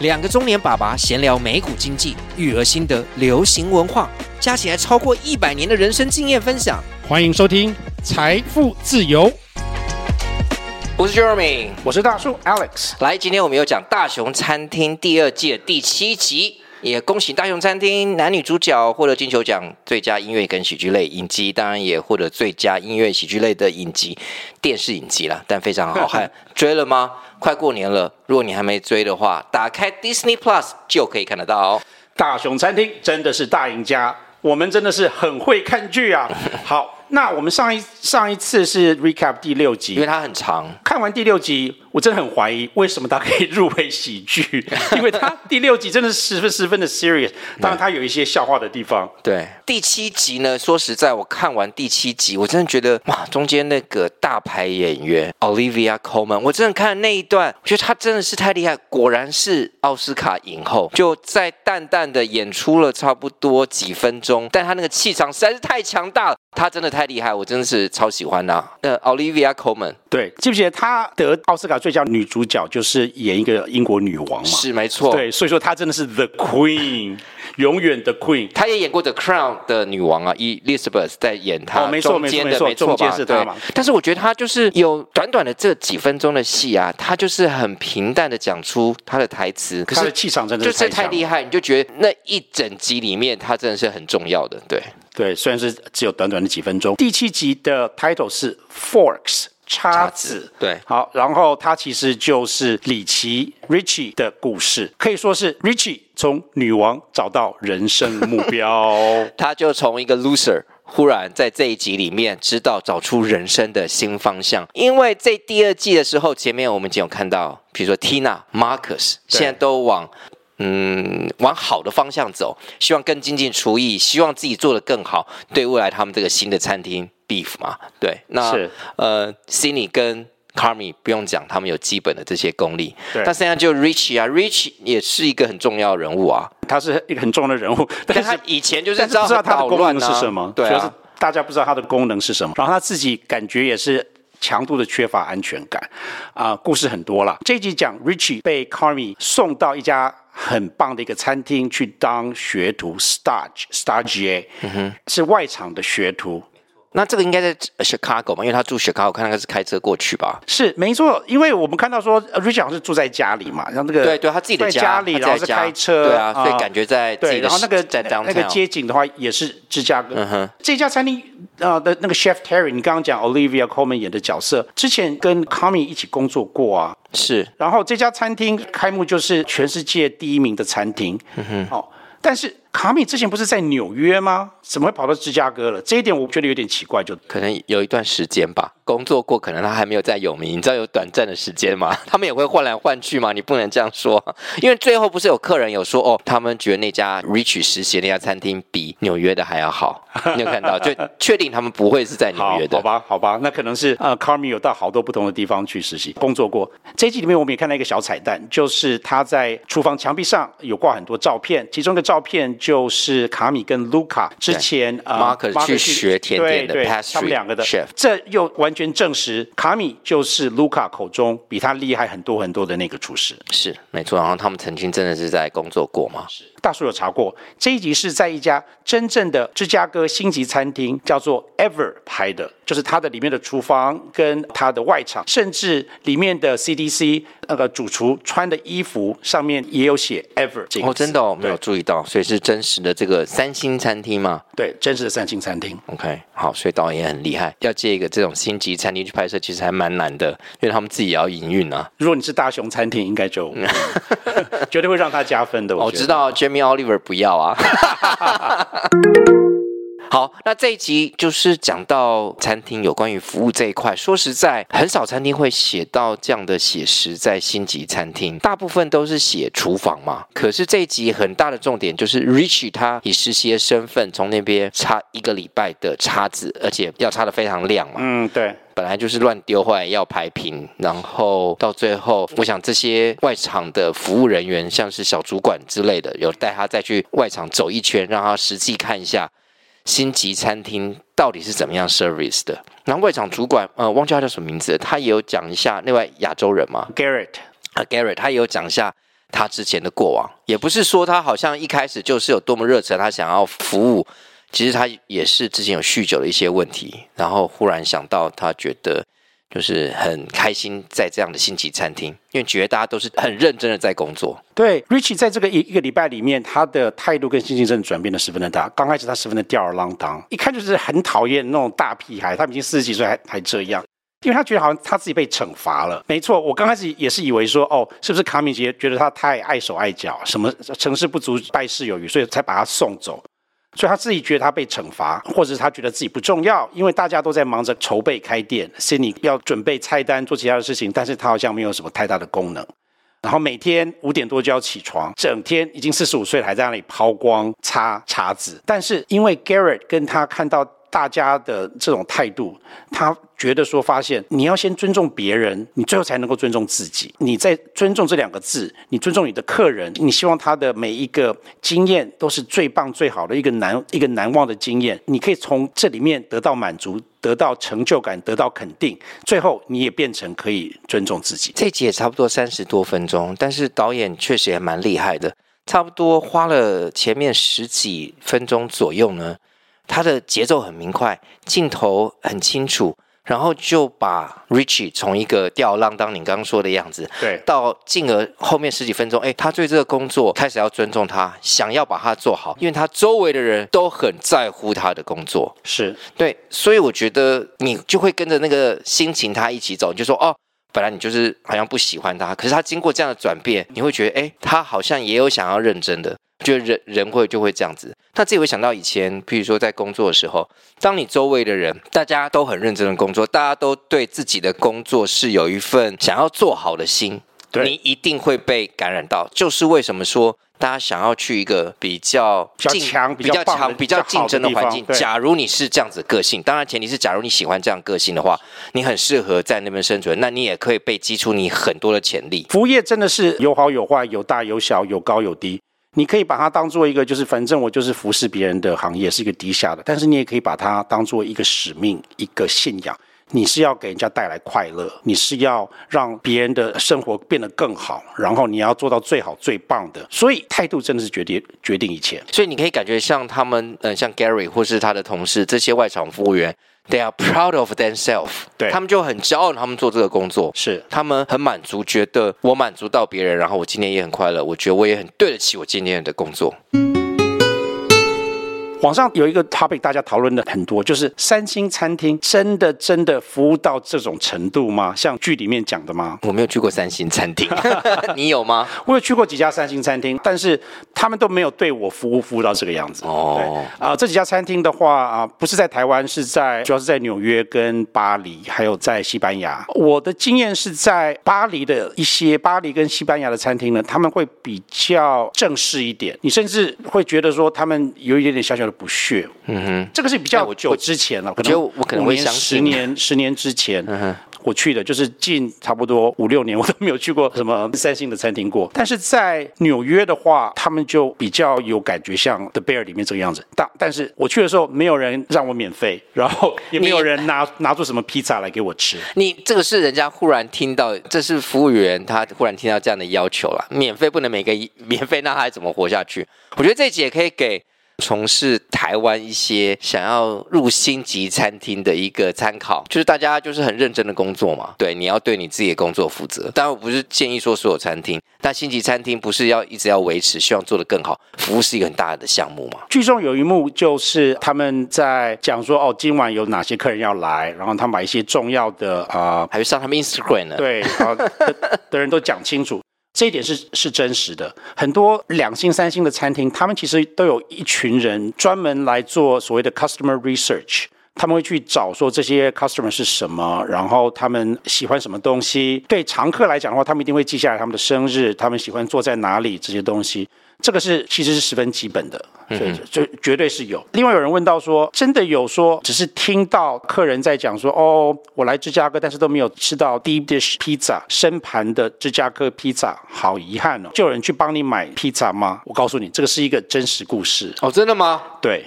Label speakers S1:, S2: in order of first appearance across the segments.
S1: 两个中年爸爸闲聊美股经济、育儿心得、流行文化，加起来超过一百年的人生经验分享。
S2: 欢迎收听《财富自由》，
S1: 我是 Jeremy，
S2: 我是大树 Alex。
S1: 来，今天我们有讲大熊餐厅第二季的第七集，也恭喜大熊餐厅男女主角获得金球奖最佳音乐跟喜剧类影集，当然也获得最佳音乐喜剧类的影集电视影集啦，但非常好看。追了吗？快过年了，如果你还没追的话，打开 Disney Plus 就可以看得到哦。
S2: 大熊餐厅真的是大赢家，我们真的是很会看剧 啊。好，那我们上一上一次是 recap 第六
S1: 因
S2: 集
S1: 为，它很长，
S2: 看完第六集，我真的很怀疑为什么它可以入围喜 剧，因为它第六集真的是十分十分的 serious，当然它有一些笑话的地方。
S1: 对，第七集呢，说实在，我看完第七集，我真的觉得哇，中间那个大牌演员 Olivia Colman，我真的看那一段，我觉得她真的是太厉害，果然是奥斯卡影后，就在淡淡的演出了差不多几分钟，但她那个气场实在是太强大了，她真的太厉害，我真的是超喜欢她。那 Olivia Colman
S2: 对，记不记得她得奥斯卡最佳女主角就是演一个英国女王嘛？
S1: 是没错，
S2: 对，所以说她真的是 the queen，永远的 queen。
S1: 她也演过《The Crown》的女王啊，Elizabeth 在演她、
S2: 哦没错
S1: 中间
S2: 没
S1: 的，
S2: 错
S1: 没
S2: 没错中
S1: 错吧？
S2: 间是她
S1: 对
S2: 嘛
S1: 但是我觉得她就是有短短的这几分钟的戏啊，她就是很平淡的讲出她的台词，可
S2: 她的
S1: 是
S2: 气场真的
S1: 就是是
S2: 太
S1: 太
S2: 强
S1: 厉害，你就觉得那一整集里面她真的是很重要的，对。
S2: 对，虽然是只有短短的几分钟。第七集的 title 是 Forks 叉子，
S1: 对
S2: 好，然后它其实就是李奇 Richie 的故事，可以说是 Richie 从女王找到人生目标。
S1: 他就从一个 loser。忽然在这一集里面知道找出人生的新方向，因为这第二季的时候，前面我们已经有看到，比如说 Tina、Marcus 现在都往嗯往好的方向走，希望更精进厨艺，希望自己做得更好，对未来他们这个新的餐厅 Beef 嘛，对，那
S2: 是
S1: 呃 c i n y 跟 Carmi 不用讲，他们有基本的这些功力，
S2: 对
S1: 但现在就 Rich 啊，Rich 也是一个很重要的人物啊，
S2: 他是一个很重要的人物，但
S1: 但
S2: 是
S1: 他以前就是
S2: 但是不知道他的
S1: 捣
S2: 功
S1: 乱
S2: 能
S1: 啊
S2: 是什么，
S1: 对
S2: 主要是
S1: 啊，
S2: 大家不知道他的功能是什么，然后他自己感觉也是。强度的缺乏安全感啊、故事很多了。这一集讲 Richie 被 Carmi 送到一家很棒的一个餐厅去当学徒 （stage stagiaire），、是
S1: 嗯
S2: 外场的学徒。
S1: 那这个应该在呃 Chicago 嘛，因为他住 Chicago，看那个是开车过去吧。
S2: 是没错，因为我们看到说呃 Richie 好像是住在家里嘛，然后那个
S1: 对啊对，他自己的
S2: 在
S1: 家，
S2: 家里，
S1: 他
S2: 然后
S1: 自己的
S2: 是
S1: 家
S2: 开车，
S1: 对啊，所以感觉在自己
S2: 对，
S1: 的
S2: 然后那个嗯
S1: 在
S2: 那个
S1: downtown
S2: 街景的话，也是芝加哥。这家餐厅呃的那个 chef Terry，你刚刚讲 Olivia Colman 演的角色，之前跟 c o m i 一起工作过啊。
S1: 是
S2: 然后这家餐厅开幕就是全世界第一名的餐厅。嗯哼，哦，但是 c o m i 之前不是在纽约吗？怎么会跑到芝加哥了？这一点我觉得有点奇怪。就
S1: 可能有一段时间吧，工作过，可能他还没有再有名，你知道有短暂的时间嘛， 他们也会换来换去嘛，你不能这样说，因为最后不是有客人有说哦，他们觉得那家 Rich 实习的那家餐厅比纽约的还要好，你有 看到，就确定他们不会是在纽
S2: 好
S1: 约，的
S2: 好，吧，好吧，那可能是呃 c a r m i 有到好多不同的地方去实习工作过。这一集里面我们也看到一个小彩蛋，就是他在厨房墙壁上有挂很多照片，其中一个照片就是卡米跟卢卡之前呃
S1: Marcus 去学甜点的
S2: 对
S1: pastry
S2: 对他们两个的
S1: chef
S2: 这又完全证实卡米就是卢卡口中比他厉害很多很多的那个厨师。
S1: 是没错，然后他们曾经真的是在工作过嘛，
S2: 大叔有查过，这一集是在一家真正的芝加哥星级餐厅，叫做 Ever 拍的，就是它的里面的厨房跟它的外场，甚至里面的 CDC 那个主厨穿的衣服上面也有写 Ever 这个字
S1: 哦，真的、哦、没有
S2: 对
S1: 注意到，所以是真实的这个三星餐厅吗
S2: 对，真实的三星餐厅。
S1: ？OK，好，所以导演也很厉害，要借一个这种星级餐厅去拍摄，其实还蛮难的，因为他们自己也要营运啊。
S2: 如果你是大熊餐厅，应该 就绝对会让他加分的。
S1: 我
S2: 我觉得
S1: 哦知。道 Jamie Oliver 不 要啊。好，那这一集就是讲到餐厅有关于服务这一块。说实在，很少餐厅会写到这样的写实在星级餐厅，大部分都是写厨房嘛。可是这一集很大的重点就是 Richie 他以实习的身份从那边插一个礼拜的叉子，而且要插的非常亮嘛。
S2: 嗯，对，
S1: 本来就是乱丢，后来要排平，然后到最后，我想这些外场的服务人员，像是小主管之类的，有带他再去外场走一圈，让他实际看一下星级餐厅到底是怎么样 service 的。然后外场主管，呃，忘记他叫什么名字了，他也有讲一下，另外亚洲人嘛，
S2: Garrett，
S1: 啊 Garrett，他也有讲一下他之前的过往，也不是说他好像一开始就是有多么热忱，他想要服务。其实他也是之前有酗酒的一些问题，然后忽然想到，他觉得就是很开心在这样的星级餐厅，因为觉得大家都是很认真的在工作。
S2: 对，Richie 在这个一一个礼拜里面，他的态度跟心情真的转变的十分的大。刚开始他十分的吊儿郎当，一看就是很讨厌那种大屁孩。他们已经四十几岁还还这样，因为他觉得好像他自己被惩罚了。没错，我刚开始也是以为说，哦，是不是卡米杰觉得他太碍手碍脚，什么成事不足败事有余，所以才把他送走。所以他自己觉得他被惩罚，或者是他觉得自己不重要，因为大家都在忙着筹备开店，Cindy 要准备菜单做其他的事情，但是他好像没有什么太大的功能。然后每天五点多就要起床，整天已经四十五岁了，还在那里抛光、擦茶子。但是因为 Garrett 跟他看到大家的这种态度，他觉得说，发现你要先尊重别人，你最后才能够尊重自己。你在尊重这两个字，你尊重你的客人，你希望他的每一个经验都是最棒、最好的一个难一个难忘的经验。你可以从这里面得到满足，得到成就感，得到肯定，最后你也变成可以尊重自己。
S1: 这集也差不多三十多分钟，但是导演确实也蛮厉害的，差不多花了前面十几分钟左右呢，他的节奏很明快，镜头很清楚，然后就把 Richie 从一个吊儿郎当你刚刚说的样子，
S2: 对
S1: 到进而后面十几分钟，哎，他对这个工作开始要尊重他，想要把它做好，因为他周围的人都很在乎他的工作，
S2: 是
S1: 对，所以我觉得你就会跟着那个心情他一起走，你就说哦，本来你就是好像不喜欢他，可是他经过这样的转变，你会觉得哎，他好像也有想要认真的，觉得人人会就会这样子。他自己会想到以前，譬如说在工作的时候，当你周围的人大家都很认真的工作，大家都对自己的工作是有一份想要做好的心，
S2: 对
S1: 你一定会被感染到。就是为什么说大家想要去一个比较
S2: 比较
S1: 竞
S2: 强
S1: 比
S2: 比较
S1: 较
S2: 棒的
S1: 强、比
S2: 比较
S1: 较
S2: 好
S1: 竞
S2: 的
S1: 争的
S2: 地
S1: 环
S2: 方
S1: 境。
S2: 对
S1: 假如你是这样子的个性，当然前提是假如你喜欢这样个性的话，你很适合在那边生存，那你也可以被激出你很多的潜力。
S2: 服务业真的是有好有坏，有大有小，有高有低。你可以把它当做一个，就是反正我就是服侍别人的行业，是一个低下的。但是你也可以把它当做一个使命，一个信仰。你是要给人家带来快乐，你是要让别人的生活变得更好，然后你要做到最好、最棒的。所以态度真的是决定决定一切。
S1: 所以你可以感觉像他们，嗯、像 Gary 或是他的同事这些外场服务员，they are proud of themselves，
S2: 对
S1: 他们就很骄傲，他们做这个工作，
S2: 是
S1: 他们很满足，觉得我满足到别人，然后我今天也很快乐，我觉得我也很对得起我今天的工作。
S2: 网上有一个 topic 大家讨论的很多，就是三星餐厅真的真的服务到这种程度吗？像剧里面讲的吗？
S1: 我没有去过三星餐厅，你有吗？
S2: 我有去过几家三星餐厅，但是他们都没有对我服务服务到这个样子。对
S1: 哦，
S2: 啊、这几家餐厅的话啊、不是在台湾，是在主要是在纽约跟巴黎，还有在西班牙。我的经验是在巴黎的一些巴黎跟西班牙的餐厅呢，他们会比较正式一点，你甚至会觉得说他们有一点点小小的不屑。嗯哼，这个是比
S1: 哎
S2: 较
S1: 我
S2: 久之前了，可
S1: 觉得
S2: 能
S1: 我可能
S2: 五
S1: 会
S2: 年
S1: 相
S2: 十
S1: 信
S2: 年十年之前。我去的就是近差不多五六年， 我都没有去过什么三星的餐厅过。但是在纽约的话，他们就比较有感觉，像 The Bear 里面这个样子。但但是我去的时候，没有人让我免费，然后也没有人拿拿出什么披萨来给我吃。
S1: 你这个是人家忽然听到，这是服务员他忽然听到这样的要求啦，免费不能每个 免费，那他还怎么活下去？我觉得这一集也可以给从事台湾一些想要入星级餐厅的一个参考，就是大家就是很认真的工作嘛，对，你要对你自己的工作负责。当然，我不是建议说所有餐厅，但星级餐厅不是要一直要维持，希望做得更好，服务是一个很大的项目嘛。
S2: 剧中有一幕就是他们在讲说，哦，今晚有哪些客人要来，然后他们把一些重要的啊、
S1: 还会上他们 Instagram 呢？
S2: 对，啊的的人都讲清楚。这一点是是真实的，很多两星、三星的餐厅，他们其实都有一群人专门来做所谓的 customer research，他们会去找说这些 customer 是什么，然后他们喜欢什么东西。对常客来讲的话，他们一定会记下来他们的生日，他们喜欢坐在哪里这些东西。这个是其实是十分基本的，所以这这绝对是有。另外有人问到说，真的有说只是听到客人在讲说，哦，我来芝加哥，但是都没有吃到 deep dish pizza 深盘的芝加哥披萨，好遗憾哦。就有人去帮你买披萨吗？我告诉你，这个是一个真实故事，
S1: 哦，真的吗？
S2: 对。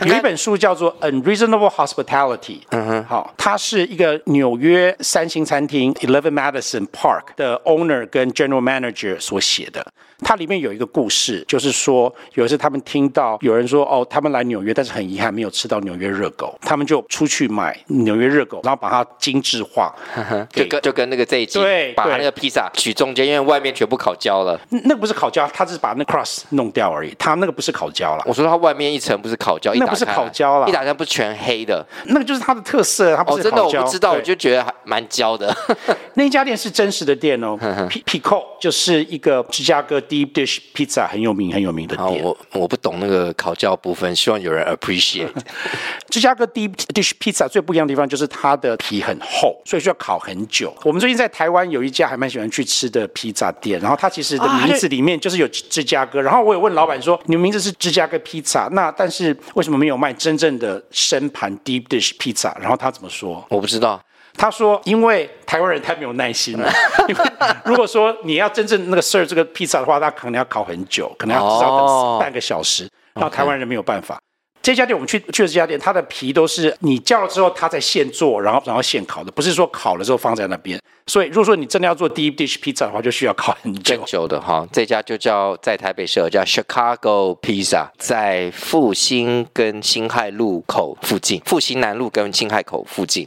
S2: 有一本书叫做《Unreasonable Hospitality》，嗯哼，好，它是一个纽约三星餐厅 Eleven Madison Park 的 owner 跟 general manager 所写的。它里面有一个故事，就是说有一次他们听到有人说，哦，他们来纽约，但是很遗憾没有吃到纽约热狗，他们就出去买纽约热狗，然后把它精致化，
S1: 就
S2: 给
S1: 跟就跟那个这一集
S2: 对
S1: 把
S2: 对
S1: 那个披萨取中间，因为外面全部烤焦了。
S2: 那个不是烤焦，他只是把那 crust 弄掉而已，他那个不是烤焦了，
S1: 我说它外面一层不是烤焦，一
S2: 那
S1: 打
S2: 不是
S1: 开
S2: 烤焦啦
S1: 一打开不是全黑的。
S2: 那个就是它的特色，它不
S1: 哦，
S2: 是
S1: 真的
S2: 烤
S1: 我
S2: 焦。
S1: 不知道，我
S2: 对
S1: 就觉得还蛮 焦的。
S2: 那一家店是真实的店哦，P Pico 就是一个芝加哥 Deep Dish Pizza 很有名很有名的
S1: 然后
S2: 店。
S1: 我我不懂那个烤焦部分，希望有人 appreciate。
S2: 芝加哥 Deep Dish Pizza 最不一样的地方就是它的皮很厚，所以需要烤很久。我们最近在台湾有一家还蛮喜欢去吃的披萨店，然后它其实的
S1: 啊
S2: 名字里面就是有芝加哥。然后我有问老板说，你们名字是芝加哥披萨，那但是为什么没有卖真正的生盘 Deep Dish Pizza？然后他怎么说？
S1: 我不知道，
S2: 他说：“因为台湾人太没有耐心 了，因为如果说你要真正那个 serve 这个披萨的话，他可能要烤很久，可能要至少
S1: 哦
S2: 等半个小时，然后台湾人没有办法。这家店我们去去的这家店，它的皮都是你叫了之后，它在现做，然后然后现烤的，不是说烤了之后放在那边。所以如果说你真的要做 deep dish pizza 的话，就需要烤很久
S1: 更。久的哈，这家就叫在台北设有叫 Chicago Pizza，在复兴跟新亥路口附近，复兴南路跟新亥口附近。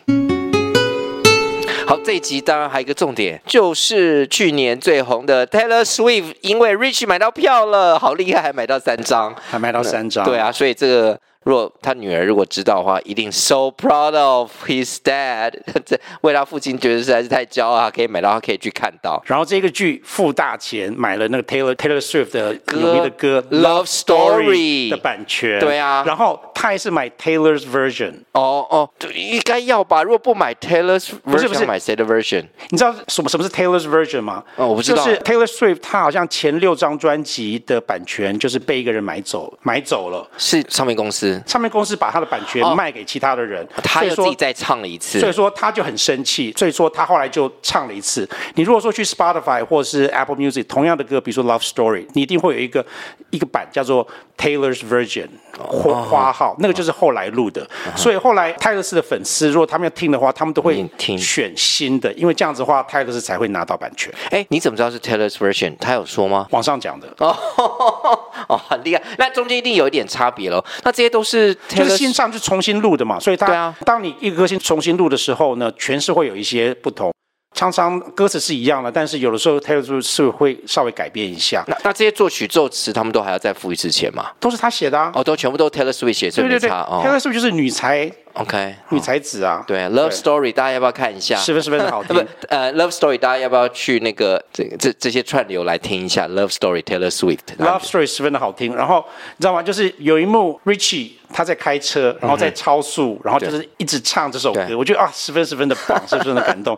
S1: 好，这一集当然还有一个重点，就是去年最红的 Taylor Swift，因为 Rich 买到票了，好厉害，还买到三张。
S2: 还卖到三张，
S1: 对，啊，所以这个如果他女儿如果知道的话，一定 so proud of his dad，这为他父亲觉得实在是太骄傲，他可以买到，他可以去看到。
S2: 然后这个剧付大钱买了那个 Taylor Taylor Swift 的有名的歌
S1: Love Story
S2: 的版权，
S1: 对啊
S2: 然后他还是买 Taylor's version，
S1: 哦哦，对应该要吧？如果不买 Taylor's version，
S2: 是不是
S1: 买谁的 version？
S2: 你知道什么什么是 Taylor's version 吗？
S1: 哦我不知道
S2: 就是 Taylor Swift，他好像前六张专辑的版权就是被一个人买走，买走了，
S1: 是唱片公司，
S2: 唱片公司把他的版权
S1: 哦
S2: 卖给其他的人，
S1: 他
S2: 所以
S1: 又自
S2: 说
S1: 己再唱了一
S2: 所以
S1: 次。
S2: 说他就很生气，所以说他后来就唱了一次。你如果说去 Spotify 或是 Apple Music 同样的歌，比如说 Love Story，你一定会有一个一个版叫做 Taylor's Version 花花号，那个就是后来录的。所以后来泰勒斯的粉丝，如果他们要听的话，他们都
S1: 你
S2: 会
S1: 听
S2: 选新的，因为这样子的话，泰勒斯才会拿到版权。
S1: 哎，你怎么知道是 Taylor's version？他有说吗？
S2: 网上讲的，
S1: 哦，哦，很厉害。那中间一定有一点差别喽。那这些都是
S2: 就是
S1: Taylor
S2: 新上是重新录的嘛，所以它
S1: 对啊
S2: 当你一个歌星重新录的时候呢，诠释会有一些不同。常常歌词是一样的，但是有的时候 Taylor Swift 是会稍微改变一下，
S1: 那那这些作曲作词，他们都还要再付一次钱吗？
S2: 都是他写的啊。
S1: 哦，都全部都 Taylor Swift 写，所以
S2: 对对
S1: 没
S2: 对
S1: 差
S2: ，Taylor
S1: 哦。
S2: Swift 就是女才
S1: OK，
S2: 女才子啊，
S1: 对，Love Story 大家要不要看一下？
S2: 十分十分的 好听
S1: 不。，呃，Love Story 大家要不要去那个这这这些串流来听一下？Love Story Taylor Swift。
S2: Love Story 十分的好听，然后你知道吗？就是有一幕 Richie 他在开车，然后在超速，然后就是一直唱这首
S1: 对
S2: 歌，我觉得啊，十分十分的棒，十分的感动。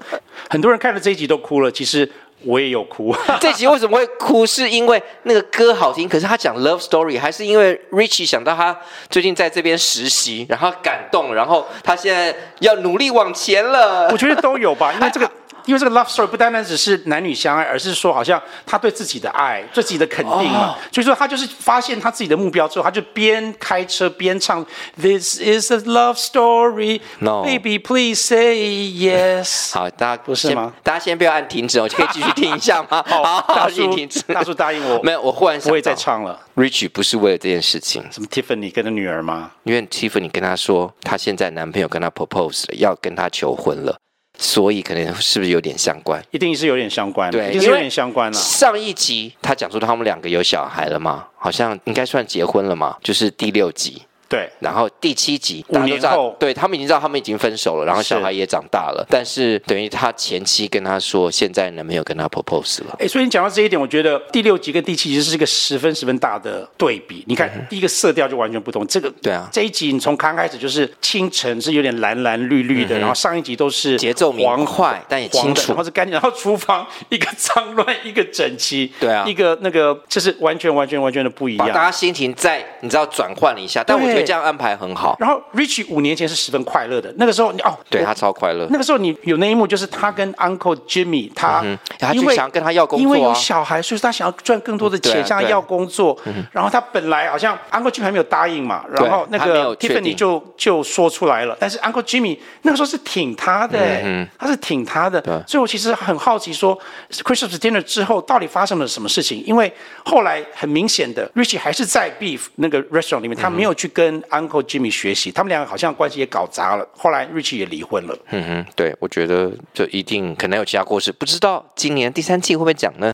S2: 很多人看了这一集都哭了，其实我也有哭。
S1: 这集为什么会哭？是因为那个歌好听，可是他讲 love story，还是因为 Richie 想到他最近在这边实习，然后感动，然后他现在要努力往前了
S2: 我。觉得都有吧，因为这个。因为这个 love story 不单单只是男女相爱，而是说好像他对自己的爱、对自己的肯定嘛。
S1: 哦
S2: 所以说他就是发现他自己的目标之后，他就边开车边唱 This is a love story,
S1: No
S2: baby please say yes。
S1: 好，大家不
S2: 是吗？
S1: 大家先不要按停止，我可以继续听一下吗？ 好，
S2: 大
S1: 继续
S2: 叔
S1: 停止。
S2: 大叔答应我，
S1: 没有，我忽然想到
S2: 我也在唱了。
S1: Richie 不是为了这件事情，
S2: 什么 Tiffany 跟他女儿吗？
S1: 因为 Tiffany 跟他说，她现在男朋友跟她 propose 了，要跟她求婚了，所以可能是不是有点相关？
S2: 一定是有点相关，
S1: 对
S2: 一定是
S1: 因
S2: 有
S1: 为
S2: 点相关了。
S1: 上一集他讲说他们两个有小孩了嘛，好像应该算结婚了嘛，就是第六集。
S2: 对，
S1: 然后第七集，
S2: 五
S1: 大家都知
S2: 年
S1: 道
S2: 后，
S1: 对他们已经知道他们已经分手了，然后小
S2: 是
S1: 孩也长大了，但是等于他前妻跟他说，现在男朋友跟他 propose 了。
S2: 哎，所以你讲到这一点，我觉得第六集跟第七集是一个十分十分大的对比。你看，第一个色调就完全不同，这个
S1: 嗯对啊
S2: 这一集你从刚开始就是清晨是有点蓝蓝绿绿的，然后上一集都是
S1: 嗯节奏明
S2: 黄
S1: 快，但也
S2: 黄
S1: 清
S2: 的，
S1: 楚
S2: 然后，是干净，然后厨房一个脏乱，一个整齐，
S1: 对啊
S2: 一个那个就是完全完全完全的不一
S1: 把大
S2: 样。
S1: 家心情在你知道转换了一下。但我觉得觉得这样安排很好。
S2: 然后 Richie 五年前是十分快乐的，那个时候你哦，
S1: 对
S2: 我
S1: 他超快乐，
S2: 那个时候你有那一幕，就是他跟 Uncle Jimmy，他、
S1: 嗯哎他就
S2: 因为
S1: 想跟他要工
S2: 因为
S1: 作
S2: 有
S1: 啊。
S2: 小孩，所以他想要赚更多的
S1: 对
S2: 钱，
S1: 啊
S2: 向他
S1: 对啊
S2: 要工作。然后他本来好像 Uncle Jimmy 还没有答应嘛，
S1: 对
S2: 然后那
S1: 他没有
S2: 个
S1: 确定
S2: Tiffany 就就说出来了，但是 Uncle Jimmy 那个时候是挺他的、
S1: 嗯
S2: 欸他是挺他的。所以我其实很好奇说，Christmas dinner 之后到底发生了什么事情？因为后来很明显的，Richie 还是在 Beef 那个 restaurant 里面，
S1: 嗯
S2: 他没有去跟 Uncle Jimmy 学习，他们两个好像关系也搞砸了。后来 Richie 也离婚了。
S1: 嗯哼，对，我觉得这一定可能有其他故事，不知道今年第三季会不会讲呢？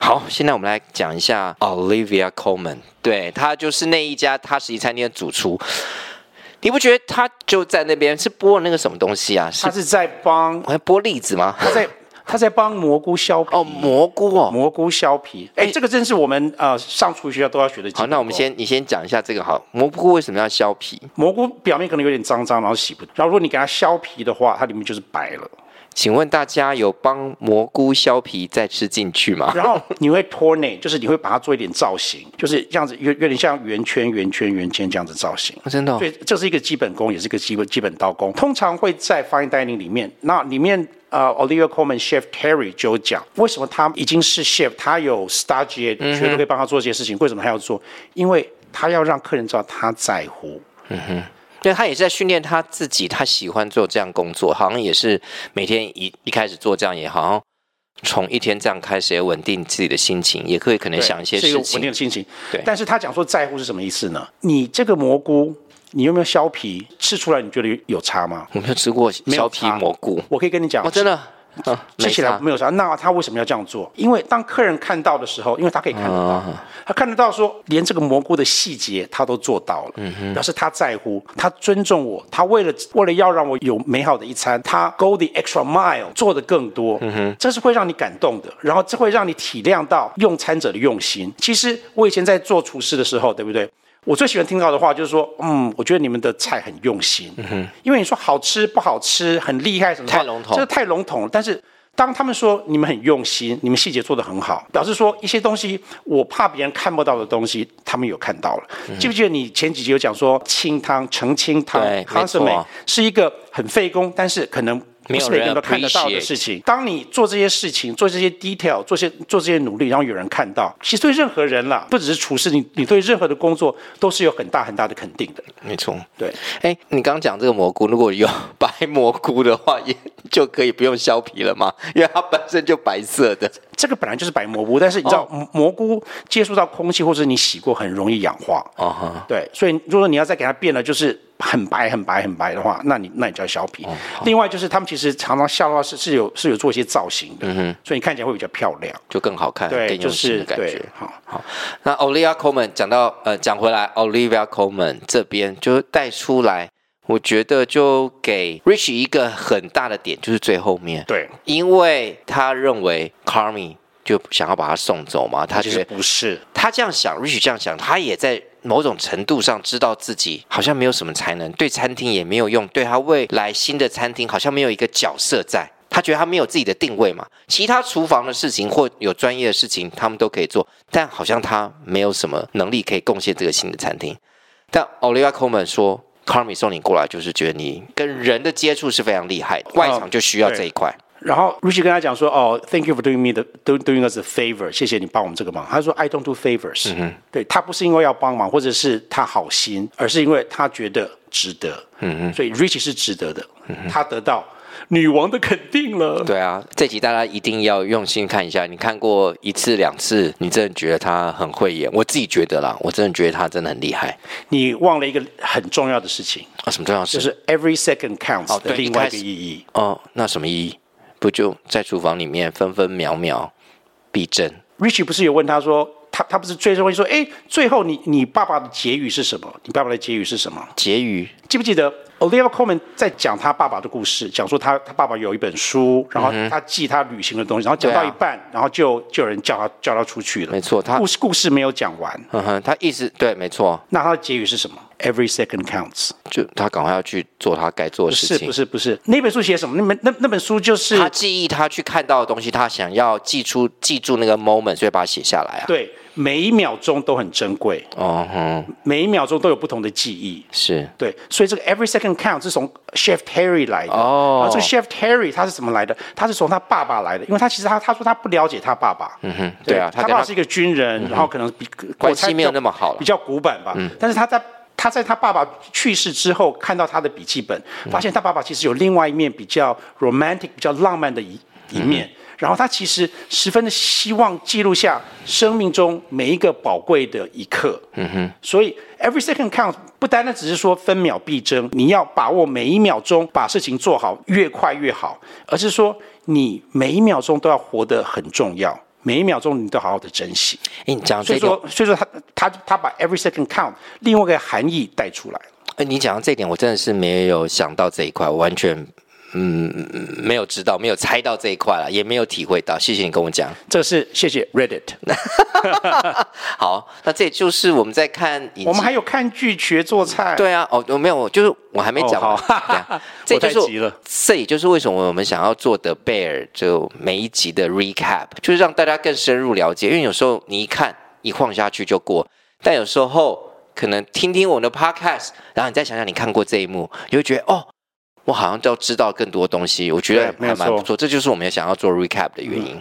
S1: 好，现在我们来讲一下 Olivia Colman，对她就是那一家踏实一餐厅的主厨。你不觉得她就在那边是播那个什么东西啊？是
S2: 他是在帮
S1: 我还剥栗子吗？
S2: 他在他在帮蘑菇削皮
S1: 哦，蘑菇哦。
S2: 蘑菇削皮，哎、这个真是我们呃上厨学校都要学的技能哦。
S1: 好，那我们先你先讲一下这个好，蘑菇为什么要削皮？
S2: 蘑菇表面可能有点脏脏，然后洗不，然后如果你给它削皮的话，它里面就是白了。
S1: 请问大家有帮蘑菇削皮再吃进去吗？
S2: 然后你会 tornate，就是你会把它做一点造型，就是这样子，有有点像圆圈、圆圈、圆圈这样子造型。
S1: 哦真的哦、
S2: 所以这是一个基本功，也是一个基本基本刀工。通常会在 fine dining 里面，那里面呃，Olivia Coleman chef Terry 就有讲，为什么他已经是 chef，他有 stagiate，全
S1: 嗯
S2: 都可以帮他做这些事情，为什么他要做？因为他要让客人知道他在乎。
S1: 对他也是在训练他自己，他喜欢做这样工作，好像也是每天一一开始做这样，也好像从一天这样开始，也稳定自己的心情，也会可
S2: 对
S1: 能想一些
S2: 是个
S1: 事
S2: 稳定
S1: 情。
S2: 的心情。
S1: 对
S2: 但是他讲说在乎是什么意思呢？你这个蘑菇，你有没有削皮？吃出来你觉得有有差吗？
S1: 我没有吃过
S2: 没有
S1: 削皮
S2: 差
S1: 蘑菇，
S2: 我可以跟你讲，
S1: 哦，真的，啊、
S2: 吃
S1: 没
S2: 起来
S1: 差。
S2: 没有啥。那他为什么要这样做？因为当客人看到的时候，因为他可以看得到，他看得到说连这个蘑菇的细节他都做到了，表示他在乎，他尊重我，他为了为了要让我有美好的一餐，他 go the extra mile 做的更多，这是会让你感动的，然后这会让你体谅到用餐者的用心。其实我以前在做厨师的时候，对不对？我最喜欢听到的话就是说，嗯，我觉得你们的菜很用心，因为你说好吃不好吃，很厉害什么的话，
S1: 太笼统
S2: 这这太笼统了。但是当他们说你们很用心，你们细节做得很好，表示说一些东西我怕别人看不到的东西，他们有看到了。记不记得你前几集有讲说清汤、澄清汤
S1: 嗯对、没错
S2: consomme 是一个很费工，但是可能。不
S1: 没
S2: 是
S1: 有
S2: 每
S1: 人
S2: 个人都看得到的
S1: appreciate
S2: 事情。当你做这些事情、做这些 detail、做些做这些努力，然后有人看到，其实对任何人啦，不只是厨师，你你对任何的工作都是有很大很大的肯定的。
S1: 没错，
S2: 对，
S1: 哎，你刚讲这个蘑菇，如果有白蘑菇的话，也就可以不用削皮了吗？因为它本身就白色的。
S2: 这个本来就是白蘑菇，但是你知道、
S1: 哦
S2: 蘑菇接触到空气或者你洗过，很容易氧化。
S1: 哦哈，
S2: 对，所以如果说你要再给它变了，就是很白、很白、很白的话，那你那你就要削皮。
S1: 哦
S2: 另外就是他们其实常常削的话是是有是有做一些造型的，所以你看起来会比较漂亮。
S1: 就更好看，
S2: 对，
S1: 嗯呃更
S2: 就
S1: 用心
S2: 是
S1: 的感
S2: 对
S1: 觉。，
S2: 好，
S1: 那 Olivia Colman 讲到呃，讲回来，Olivia Colman 这边就带出来，我觉得就给 Rich 一个很大的点，就是最后面，
S2: 对，
S1: 因为他认为 Carmi 就想要把他送走嘛，他
S2: 其
S1: 觉
S2: 实
S1: 得
S2: 不是，
S1: 他这样想，Rich 这样想，他也在某种程度上知道自己好像没有什么才能，对餐厅也没有用，对他未来新的餐厅好像没有一个角色在。他觉得他没有自己的定位嘛，其他厨房的事情或有专业的事情他们都可以做，但好像他没有什么能力可以贡献这个新的餐厅。但 Olivia Colman 说 c a r m i 送你过来就是觉得你跟人的接触是非常厉害的，外场就需要这一块。
S2: 然后 Richie 跟他讲说，哦，Thank you for doing me the do- doing us a favor，谢谢你帮我们这个忙。他说 I don't do favors，、对
S1: 嗯
S2: 他不是因为要帮忙，或者是他好心，而是因为他觉得值得。嗯所以 Richie 是值得的，他得到女王的肯定了。
S1: 嗯对啊，这集大家一定要用心看一下。你看过一次两次，你真的觉得他很会演。我自己觉得啦，我真的觉得他真的很厉害
S2: 你忘了一个很重要的事情，
S1: 啊。什么重要事？
S2: 就是 every second counts
S1: 哦
S2: 的
S1: 对
S2: 另外一
S1: 一开
S2: 个
S1: 始
S2: 意义。
S1: 哦，那什么意义？不就在厨房里面分分秒秒必争？
S2: Richie 不是有问他说，他他不是最终会说，哎，最后你你爸爸的结语是什么？你爸爸的结语是什么？
S1: 结语
S2: 记不记得 Olivia Colman 在讲他爸爸的故事，讲说他他爸爸有一本书，然后他记他旅行的东西，然后讲到
S1: 嗯对
S2: 一
S1: 啊
S2: 半，然后就就有人叫他叫他出去了
S1: 没。错，他
S2: 故事故事没有讲完，
S1: 嗯哼，他意思对，没错，
S2: 那他的结语是什么？Every second counts。
S1: 就他赶快要去做他该做
S2: 不
S1: 的
S2: 是
S1: 事
S2: 不
S1: 情。
S2: 是不是，那本书写什么？那本那那本书就是
S1: 他记忆他去看到的东西，他想要记出记住那个 moment，所以把它写下来啊。
S2: 对，每一秒钟都很珍贵，
S1: 哦哼，
S2: 每一秒钟都有不同的记忆。
S1: 是
S2: 对，所以这个 every second count 是从 Chef Terry 来的。
S1: 哦
S2: 然后这个 Chef Terry 他是怎么来的？他是从他爸爸来的，因为他其实他他说他不了解他爸爸。嗯哼，
S1: 对啊他
S2: 他
S1: 跟
S2: 爸爸
S1: 他嗯
S2: 是一个军人，然后可能比
S1: 关系没有那么好了嗯
S2: 比较古板吧。但是他在他在他爸爸去世之后，看到他的笔记本，
S1: 嗯
S2: 发现他爸爸其实有另外一面比较 romantic、比较浪漫的一
S1: 嗯
S2: 一面。然后他其实十分的希望记录下生命中每一个宝贵的一刻。嗯哼，所以 every second count 不单单只是说分秒必争，你要把握每一秒钟，把事情做好，越快越好，而是说你每一秒钟都要活得很重要，每一秒钟你都好好的珍惜。
S1: 哎，你讲到
S2: 所
S1: 这
S2: 以
S1: 一点，
S2: 说，所以说他他他把 every second count 另外一个含义带出来了。
S1: 哎，你讲到这一点，我真的是没有想到这一块，我完全嗯没有知道，没有猜到这一块了，也没有体会到。谢谢你跟我讲。
S2: 这是谢谢 Reddit。
S1: 好，那这也就是我们在看影集
S2: 我们还有看剧学做菜，
S1: 对啊，哦，没有，就是我还没讲完。
S2: 哦好
S1: 对啊这就 是
S2: 我太急了
S1: 这也就是为什么我们想要做的贝尔就每一集的 recap，就是让大家更深入了解，因为有时候你一看一晃下去就过，但有时候可能听听我们的 podcast，然后你再想想你看过这一幕，你会觉得哦。我好像都知道更多东西，我觉得
S2: 对没
S1: 还蛮
S2: 错
S1: 不错，这就是我们想要做 recap 的原因。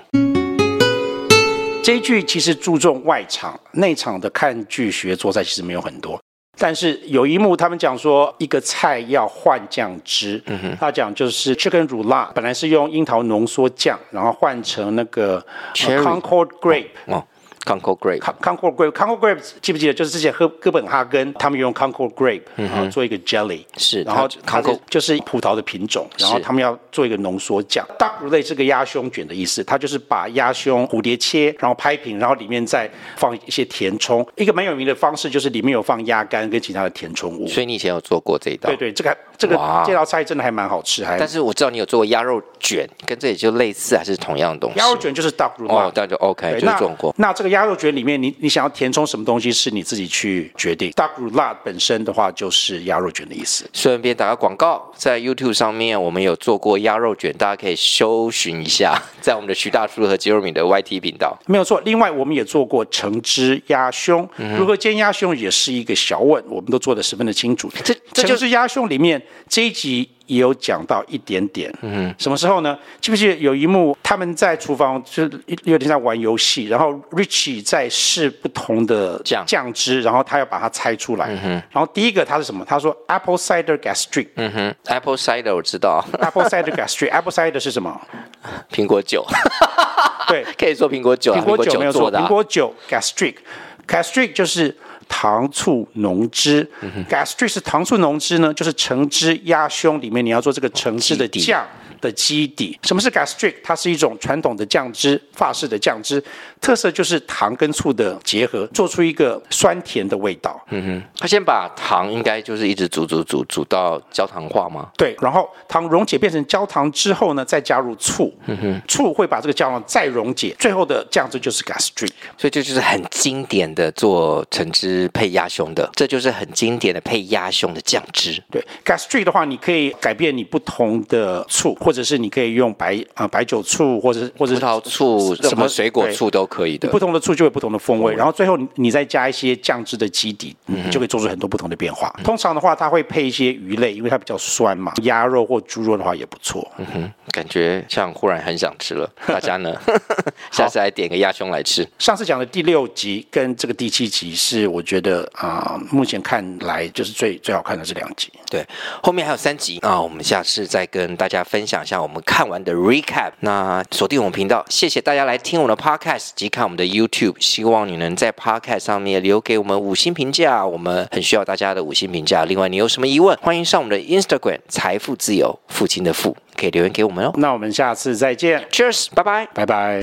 S2: 这一剧其实注重外场，内场的看剧学做菜其实没有很多。但是有一幕，他们讲说一个菜要换酱汁，他讲就是 chicken r o u l a 本来是用樱桃浓缩酱，然后换成那个呃
S1: Cherry
S2: Concord grape，
S1: 哦 c o n c o r grape，
S2: Con- Concord grape，Concord grape 记不记得？就是之前哥哥本哈根他们用 Concord grape 啊、做一个 jelly，
S1: 是
S2: 然后它
S1: 它，Concord-
S2: 是就是葡萄的品种，然后
S1: 是
S2: 他们要做一个浓缩酱。Duck Roulette 是个鸭胸卷的意思，它就是把鸭胸蝴蝶切，然后拍平，然后里面再放一些填充。一个蛮有名的方式就是里面有放鸭肝跟其他的填充物。
S1: 所以你以前有做过这一道，
S2: 对对，这个这个
S1: 哇哦
S2: 这道菜真的还蛮好吃，还
S1: 但是我知道你有做过鸭肉卷，跟这也就类似，还是同样的东西。
S2: 鸭肉卷就是 Duck Roulette。
S1: 哦，那就 OK，
S2: 对
S1: 就是中国。
S2: 那。那这个鸭肉卷里面，你你想要填充什么东西，是你自己去决定。大骨辣本身的话，就是鸭肉卷的意思。
S1: 顺便打个广告，在 YouTube 上面我们有做过鸭肉卷，大家可以搜寻一下， 在我们的徐大叔和杰瑞米的 YT 频道。
S2: 没有错。另外，我们也做过橙汁鸭胸，
S1: 嗯
S2: 如何煎鸭胸也是一个小问，我们都做得十分的清楚。
S1: 这这就
S2: 橙汁鸭胸里面这一集也有讲到一点点。嗯，什么时候呢？记不记得有一幕他们在厨房就是有点像玩游戏，然后 Richie 在试不同的
S1: 酱
S2: 酱汁，然后他要把它猜出来。嗯、然后第一个他是什么？他说 apple cider gastric。
S1: 嗯哼，Apple cider 我知道，
S2: Apple cider gastric，Apple cider 是什么？
S1: 苹果酒
S2: 对，
S1: 可以说苹果酒啊，
S2: 苹果酒没有
S1: 做
S2: 错，
S1: 的啊、
S2: 苹果酒 gastric，gastric 就是糖醋浓汁、g a s t r i c 是糖醋浓汁呢，就是橙汁鸭胸里面你要做这个橙汁的
S1: 基底
S2: 酱的基底。什么是 gastric？它是一种传统的酱汁，法式的酱汁，特色就是糖跟醋的结合，做出一个酸甜的味道。
S1: 他先把糖应该就是一直煮煮煮煮到焦糖化吗？
S2: 对，然后糖溶解变成焦糖之后呢，再加入醋，醋会把这个焦糖再溶解，最后的酱汁就是 gastric。
S1: 所以这就是很经典的做橙汁配鸭胸的，这就是很经典的配鸭胸的酱汁。
S2: 对，gastric 的话，你可以改变你不同的醋，或者是你可以用白啊、白酒醋，或者是或者
S1: 葡
S2: 是
S1: 萄醋、
S2: 什
S1: 什么
S2: 么
S1: 水果
S2: 对
S1: 醋都可以的
S2: 不。同的醋就会有不同的风味，然后最后你你再加一些酱汁的基底，
S1: 嗯
S2: 你就可以做出很多不同的变化。通常的话，它会配一些鱼类，因为它比较酸嘛。鸭肉或猪肉的话也不错。
S1: 嗯感觉像忽然很想 吃了，大家呢？下次来点个鸭胸来吃。
S2: 上次讲的第六集跟这个第七集是我觉得啊、目前看来就是最最好看的这两集。
S1: 对，后面还有三集啊，我们下次再跟大家分享一下我们看完的 recap。那锁定我们频道，谢谢大家来听我们的 podcast 及看我们的 YouTube。希望你能在 podcast 上面留给我们五星评价，我们很需要大家的五星评价。另外，你有什么疑问，欢迎上我们的 Instagram“ 财富自由父亲的父”，可以留言给我们哦。
S2: 那我们下次再见，
S1: Cheers，拜拜。
S2: 拜拜。